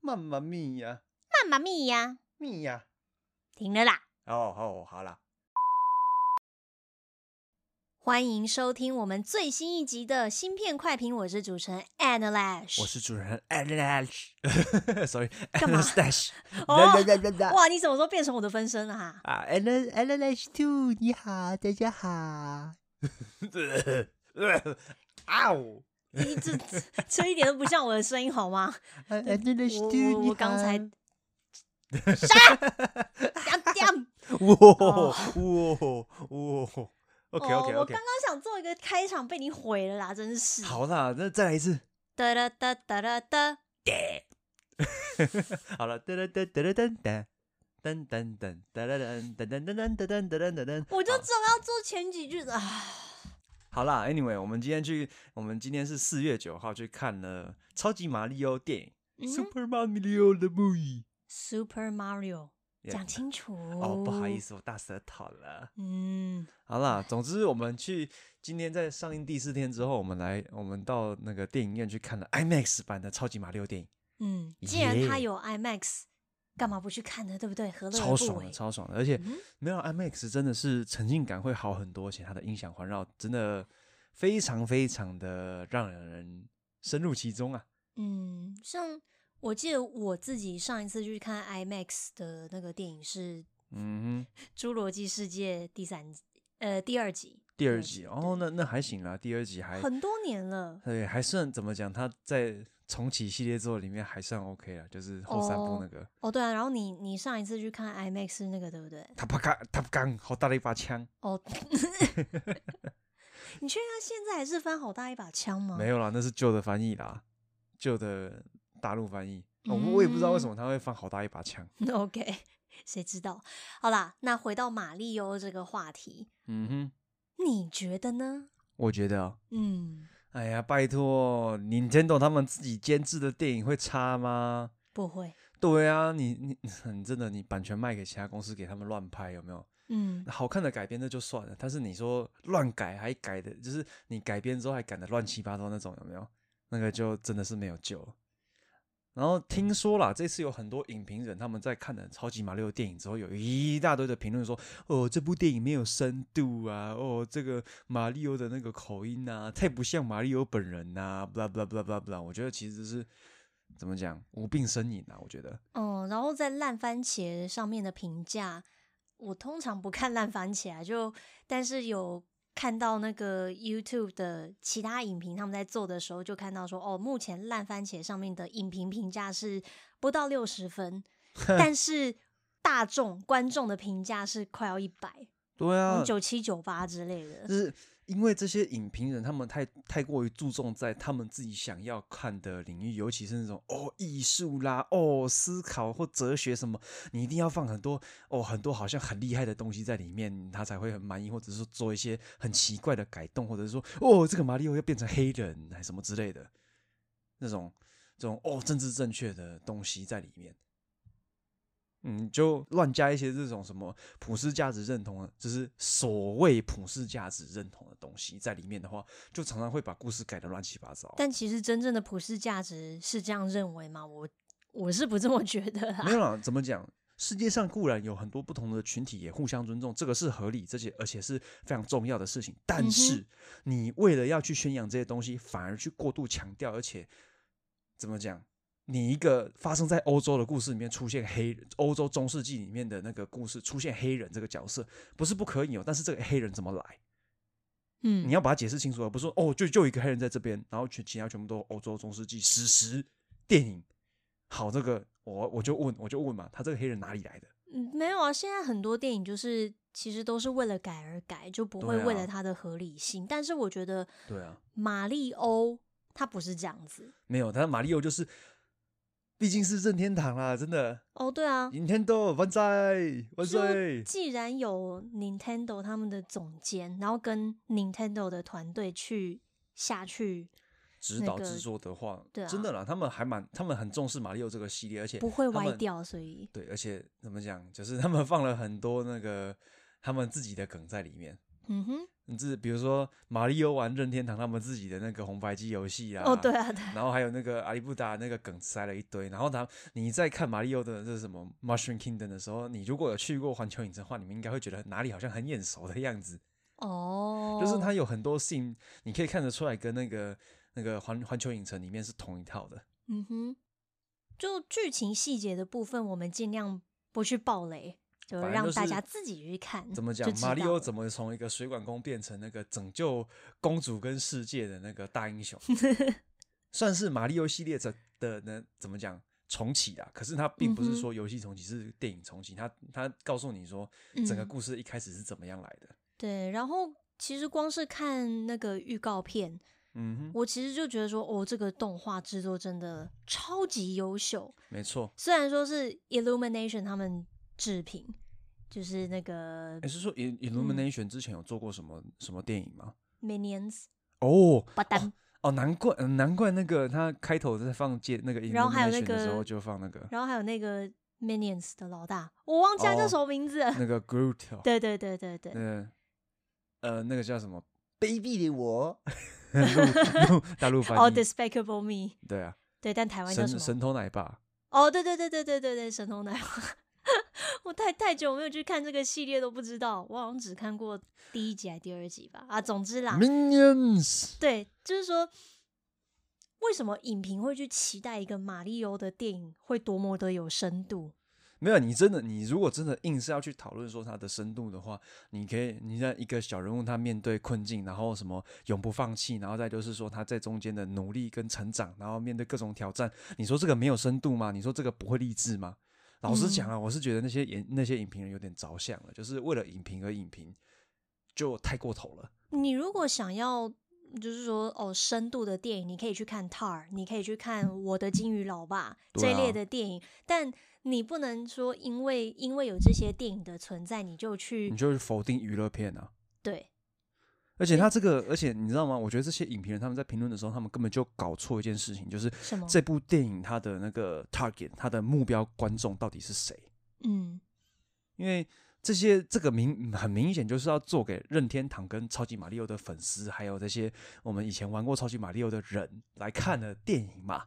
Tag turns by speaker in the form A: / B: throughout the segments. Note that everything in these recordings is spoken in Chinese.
A: 慢慢咪呀，
B: 妈妈咪呀，
A: 咪呀。
B: 停了啦！
A: 哦哦，好啦，
B: 欢迎收听我们最新一集的芯片快评，我是主持人 Anlash，
A: 我是主人 Alex，sorry，
B: 干嘛
A: Alex，
B: 哦
A: 啦啦啦啦
B: 哇，你什么时候变成我的分身了哈？
A: 啊，Alex Alex Two，你好，大家好。 啊呜！
B: 你这这一点都不像我的声音 好吗？
A: 啊，Alex
B: 我
A: Two，你好
B: 我我刚才呀 呀
A: 哇哇哇！OK
B: 哦
A: OK
B: 我
A: OK，
B: 刚刚想做一个开场，被你毁了啦，真是。
A: 好啦，那再来一次。
B: 哒哒哒哒哒哒，
A: 好了，噔噔噔噔噔噔噔噔噔噔噔噔噔噔噔噔噔噔噔噔。
B: 我就只有要做前几句的啊。
A: 好啦，Anyway，我们今天去，我们今天是四月九号去看了《超级马里奥》电
B: 嗯
A: 影《Super Mario》的 movie。
B: Super Mario，
A: Yeah
B: 讲清楚。
A: 哦，不好意
B: 思。
A: 思，我大舌头了。
B: 嗯，
A: 好啦，总之我们去今天在上映第四天之后，我们来，我们到那个电影院去看了 IMAX 版的《超级马里奥》电影，
B: 嗯，既然它
A: 耶
B: 有 IMAX，干嘛不去看呢？对不对？何乐而
A: 超
B: 不
A: 爽
B: 为
A: 的，？超爽的，而且
B: 嗯
A: 没有 IMAX 真的是沉浸感会好很多，而且它的音响环绕真的非常非常的让人深入其中啊。
B: 嗯，像我记得我自己上一次去看 IMAX 的那个电影是《
A: 嗯哼，
B: 侏罗纪世界》第三集，呃，第二集，
A: 第二集哦，那那还行啦，第二集还
B: 很多年了。
A: 对，还算怎么讲？它在重启系列作里面还算 OK 了，就是后三部
B: 哦
A: 那个
B: 哦，对啊，然后你你上一次去看 IMAX 是那个对不对？
A: 他啪嘎他啪 n 好大的一把枪，
B: 哦，你确定他现在还是翻好大一把枪吗？
A: 没有啦，那是旧的翻译啦，旧的大陆翻译。我、我也不知道为什么他会放好大一把枪。
B: OK，谁 知道？好啦，那回到马里欧这个话题，
A: 嗯哼，
B: 你觉得呢？
A: 我觉得、哦，
B: 嗯，
A: 哎呀，拜托，Nintendo 他们自己监制的电影会差吗？
B: 不会，
A: 对啊，你你 你真的你版权卖给其他公司给他们乱拍有没有？
B: 嗯，
A: 好看的改编那就算了，但是你说乱改还改的，就是你改编之后还改的乱七八糟那种，有没有？那个就真的是没有救了。然后听说啦，这次有很多影评人他们在看了《超级马里奥》电影之后，有一大堆的评论说：“哦，这部电影没有深度啊，哦，这个马里奥的那个口音啊，太不像马里奥本人呐、啊、，blah blah blah blah blah。”我觉得其实是怎么讲，无病呻吟啊，我觉得。
B: 哦，然后在烂番茄上面的评价，我通常不看烂番茄啊，就但是有看到那个 YouTube 的其他影评他们在做的时候，就看到说，哦，目前烂番茄上面的影评评价是不到六 十分，但是大众观众的评价是快要一百，嗯
A: 对啊，
B: 九七九八之类的。
A: 就是因为这些影评人，他们太太过于注重在他们自己想要看的领域，尤其是那种哦艺术啦、哦思考或哲学什么，你一定要放很多哦很多好像很厉害的东西在里面，他才会很满意，或者是说做一些很奇怪的改动，或者是说哦这个马里奥要变成黑人还什么之类的那种这种哦政治正确的东西在里面。嗯，就乱加一些这种什么普世价值认同的，就是所谓普世价值认同的东西在里面的话，就常常会把故事改得乱七八糟。
B: 但其实真正的普世价值是这样认为吗？我我是不这么觉得
A: 没
B: 啦。
A: 有啦，怎么讲？世界上固然有很多不同的群体，也互相尊重，这个是合理，这些而且是非常重要的事情。但是，你为了要去宣扬这些东西，反而去过度强调，而且怎么讲？你一个发生在欧洲的故事里面出现黑人，欧洲中世纪里面的那个故事出现黑人这个角色，不是不可以哦，但是这个黑人怎么来？
B: 嗯，
A: 你要把它解释清楚，而不是说哦，就就一个黑人在这边，然后全其他全部都欧洲中世纪史实电影。好，这个我我就问我就问嘛，他这个黑人哪里来的？
B: 嗯，没有啊，现在很多电影就是其实都是为了改而改，就不会
A: 对啊
B: 为了它的合理性。但是我觉得
A: 对啊，
B: 马里欧它不是这样子。
A: 没有，他马里奥就是，毕竟是任天堂啦，真的
B: 哦，对啊，
A: ，Nintendo 万岁万岁！
B: 既然有 Nintendo 他们的总监，然后跟 Nintendo 的团队去下去，
A: 指
B: 那
A: 导
B: 个
A: 制作的话，
B: 对啊
A: 真的啦，他们还蛮他们很重视马里奥这个系列，而且
B: 不会
A: 他们
B: 歪掉，所以
A: 对，而且怎么讲，就是他们放了很多那个他们自己的梗在里面。
B: 嗯哼，
A: 你自比如说马里欧玩任天堂他们自己的那个红白机游戏啊，
B: 哦，对啊，对啊，
A: 然后还有那个阿里布达那个梗塞了一堆，然后他你在看马里奥的这是什么 Mushroom Kingdom 的时候，你如果有去过环球影城的话，你们应该会觉得哪里好像很眼熟的样子，
B: 哦，
A: 就是它有很多事情你可以看得出来跟那个那个环环球影城里面是同一套的。
B: 嗯哼，就剧情细节的部分，我们尽量不去暴雷，就
A: 反正
B: 让
A: 就是
B: 大家自己去看。
A: 怎么
B: 嗯就
A: 讲？
B: 知
A: 马里
B: 道
A: 奥
B: 了
A: 怎么从一个水管工变成那个拯救公主跟世界的那个大英 雄？算是马里奥系列的的呢？怎么讲？重启啦，可是它并不
B: 嗯
A: 是
B: 哼
A: 说游戏重启，是电影重启。它它告诉你说整个
B: 嗯
A: 故事一开始是怎么样来的。
B: 对？然后其实光是看那个预告片，
A: 嗯哼，
B: 我其实就觉得说，哦，这个动画制作真的超级优秀。
A: 没错。
B: 虽然说是 Illumination 他们制品，就是那个
A: 你是说
B: 嗯
A: Il- Illumination 之前有做过什么什么电影吗？
B: Minions
A: 哦
B: 巴丹，
A: 哦，难怪呃难怪那个他开头在放介那个
B: 然后还有那
A: Illumination 的时候
B: 个
A: 就放那个
B: 然后还有那个 Minions 的老大，我忘记他叫
A: 哦
B: 什么名字了。
A: 那个 Groot，哦
B: 对对对对对，
A: 嗯，呃，那个叫什么卑鄙的 我，陆陆大陆翻
B: 哦、
A: 译
B: d i，s p i c a b l e Me，
A: 对啊，
B: 对，但台湾叫
A: 神
B: 什么？
A: 神偷奶爸，
B: 哦，对对对对对对对，神偷奶爸。 我太太久没有去看这个系列，都不知道。我好像只看过第一集还第二集吧。啊，总之啦，
A: Minions，
B: 对，就是说，为什么影评会去期待一个马里欧的电影会多么的有深度？
A: 没有，你真的，你如果真的硬是要去讨论说它的深度的话，你可以，你让一个小人物他面对困境，然后什么永不放弃，然后再就是说他在中间的努力跟成长，然后面对各种挑战，你说这个没有深度吗？你说这个不会励志吗？老实讲
B: 嗯
A: 啊，我是觉得那些演那些影评人有点着想了，就是为了影评而影评，就太过头了。
B: 你如果想要，就是说哦，深度的电影，你可以去看《Tar》，你可以去看《我的金鱼老爸》这
A: 对
B: 一
A: 啊
B: 类的电影，但你不能说因为因为有这些电影的存在，你就去
A: 你就是否定娱乐片啊。
B: 对，
A: 而且他这个，而且你知道吗？我觉得这些影评人他们在评论的时候，他们根本就搞错一件事情，就是
B: 什么
A: 这部电影它的那个 target，它的目标观众到底是谁？
B: 嗯
A: 因为这些这个明很明显就是要做给任天堂跟超级马里奥的粉丝，还有这些我们以前玩过超级马里奥的人来看的电影嘛。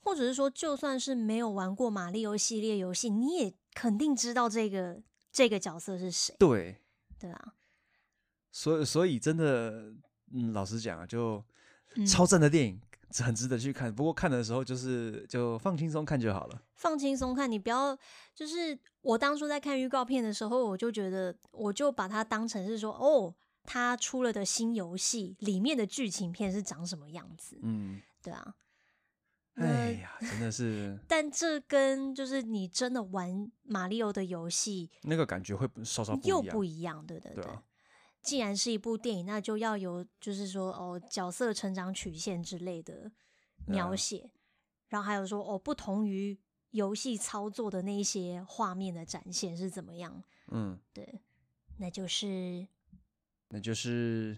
B: 或者是说，就算是没有玩过马里奥系列游戏，你也肯定知道这个这个角色是谁，
A: 对，
B: 对啊，
A: 所以所以真的，嗯，老实讲啊，就
B: 嗯
A: 超赞的电影，很值得去看。不过看的时候就是就放轻松看就好了。
B: 放轻松看，你不要就是我当初在看预告片的时候，我就觉得我就把它当成是说哦。他出了的新游戏里面的剧情片是长什么样子？
A: 嗯，
B: 对啊，
A: 哎
B: 那
A: 呀，真的是
B: 但这跟就是你真的玩马里奥的游戏
A: 那个感觉会不稍稍不一
B: 又
A: 样。
B: 不一样，对对
A: 对
B: 对。
A: 啊
B: 既然是一部电影，那就要有就是说哦角色成长曲线之类的描
A: 嗯
B: 写，然后还有说哦不同于游戏操作的那一些画面的展现是怎么样，
A: 嗯，
B: 对，那就是
A: 那就是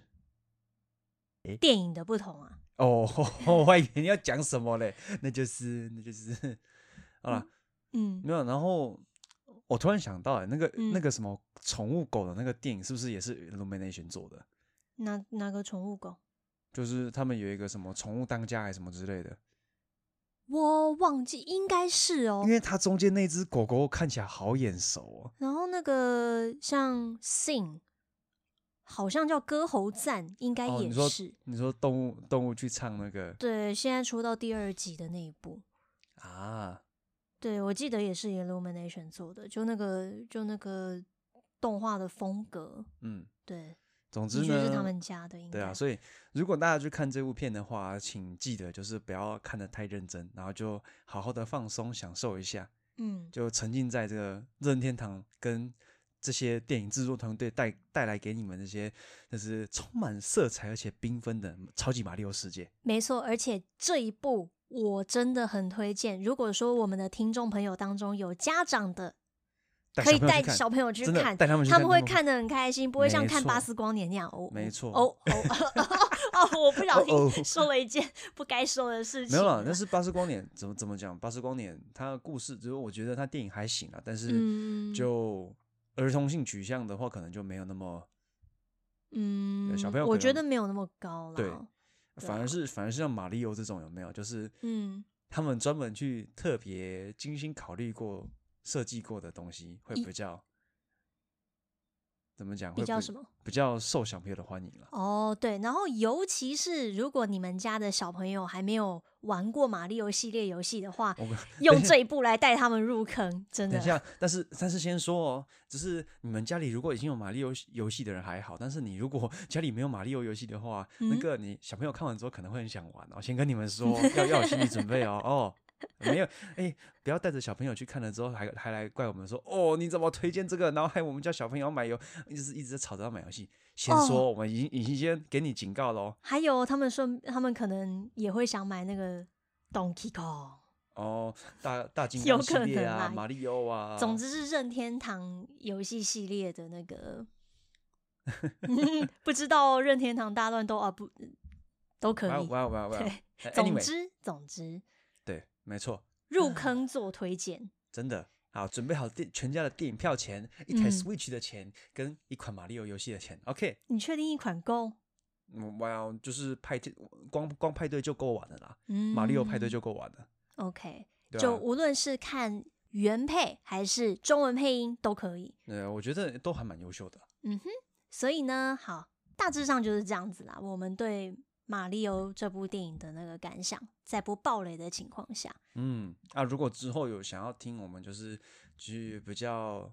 B: 电影的不同啊。
A: 哦， 我还以为你要讲什么嘞？那就是那就是， 好了，
B: 嗯，
A: 没有。然后我突然想到、欸，那个、那
B: 嗯
A: 个什么宠物狗的那个电影，是不是也是 Illumination 做的？
B: 哪哪个宠物狗？
A: 就是他们有一个什么宠物当家还是什么之类的，
B: 我忘记，应该是哦
A: 因。为它中间那只狗狗看起来好眼熟哦。
B: 然后那个像 Sing，好像叫歌喉赞，应该
A: 哦，
B: 也
A: 你说
B: 是。
A: 你说动物动物去唱那个
B: 对，现在出到第二集的那一部，
A: 啊，
B: 对我记得也是 Illumination 做的，就那个就那个动画的风格，
A: 嗯，
B: 对，
A: 总之
B: 的
A: 呢，
B: 确是他们家的，应该
A: 对啊，所以如果大家去看这部片的话，请记得就是不要看得太认真，然后就好好的放松享受一下，
B: 嗯，
A: 就沉浸在这个任天堂跟这些电影制作团队带带来给你们这些就是充满色彩而且缤纷的超级马里奥世界。
B: 没错，而且这一部我真的很推荐。如果说我们的听众朋友当中有家长的，
A: 带
B: 可以
A: 小朋友
B: 带
A: 去看
B: 小朋友去
A: 真的
B: 看，
A: 带他们去
B: 他
A: 看
B: 们会看得很开心，不会像
A: 没
B: 看《巴
A: 错
B: 斯光年》那样哦。
A: 没错
B: 哦哦哦哦哦，我不小
A: 哦
B: 心
A: 哦
B: 说了一件不该说的事情。
A: 没有了，但是《巴斯光年》怎么怎么讲，《巴斯光年》它的故事，只是我觉得它电影还行啊，但是
B: 嗯，
A: 就儿童性取向的话，可能就没有那么
B: 嗯，
A: 小朋友
B: 我
A: 可
B: 觉得
A: 能
B: 没有那么高啦。
A: 对
B: 对
A: 反
B: 啊
A: 而是反而是像马里欧这种有没有？就是
B: 嗯，
A: 他们专门去特别精心考虑过、设计过的东西，会
B: 一
A: 比较怎么讲？
B: 比
A: 会
B: 较
A: 不
B: 什么？
A: 比较受小朋友的欢迎了。
B: 哦，对，然后尤其是如果你们家的小朋友还没有玩过马里奥系列游戏的 话，
A: 我跟
B: 用这一步来带他们入坑，真
A: 等
B: 的
A: 一。下，但是但是先说哦，只是你们家里如果已经有马里奥游戏的人还好，但是你如果 家里没有马里奥游戏的话，那
B: 嗯
A: 个你小朋友看完之后可能会很想玩哦。先跟你们说，要要有心理准备哦。哦，没有，哎，不要带着小朋友去看了之后还还来怪我们说，哦，你怎么推荐这个？然后害我们叫小朋友买游，一直一直在吵着要买游戏。先
B: 哦
A: 说，我们已经已经先给你警告喽。
B: 还有他们说，他们可能也会想买那个 Donkey Kong，、
A: 哦，大大金
B: 有
A: 刚系
B: 可
A: 列
B: 能
A: 啊
B: 啦，
A: 马里奥啊，
B: 总之是任天堂游戏系列的 那个。嗯不知道哦任天堂大乱斗啊不都可
A: 哇哦
B: 以。
A: 哇哇哇
B: 对，
A: 哎
B: 总
A: anyway，
B: 之总之
A: 对，没错。
B: 入坑做推荐，
A: 真的好，准备好电全家的电影票钱、一台
B: 嗯
A: Switch 的钱、跟一款马里奥游戏的钱。OK，
B: 你确定一款够？
A: 嗯哇、哦，就是派对，光光派对就够玩了啦，
B: 嗯，
A: 马里奥派对就够玩了。
B: OK，
A: 对
B: 就
A: 啊
B: 无论是看原配还是中文配音都可以。
A: 呃，我觉得都还蛮优秀的。
B: 嗯哼，所以呢，好，大致上就是这样子啦。我们对《马里欧》这部电影的那个感想，在不暴雷的情况下，
A: 嗯，啊，如果之后有想要听我们就是去比较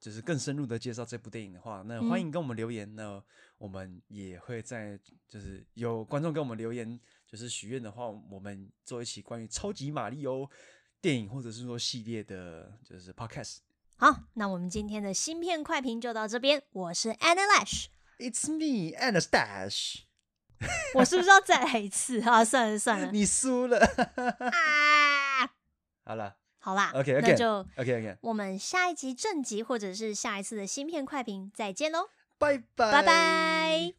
A: 就是更深入的介绍这部电影的话，那欢
B: 嗯
A: 迎跟我们留言呢，我们也会在就是有观众跟我们留言就是许愿的话，我们做一期关于超级马里欧电影或者是说系列的，就是 podcast。
B: 好，那我们今天的芯片快评就到这边。我是 Anna Lash，
A: It's me and a stash，
B: 我是不是要再来一次啊？算了算了
A: 你输了。
B: 啊，
A: 好了
B: 好啦
A: OK，OK
B: 那就
A: ，OK OK，
B: 我们下一集正集或者是下一次的芯片快评再见喽，
A: 拜拜
B: 拜拜。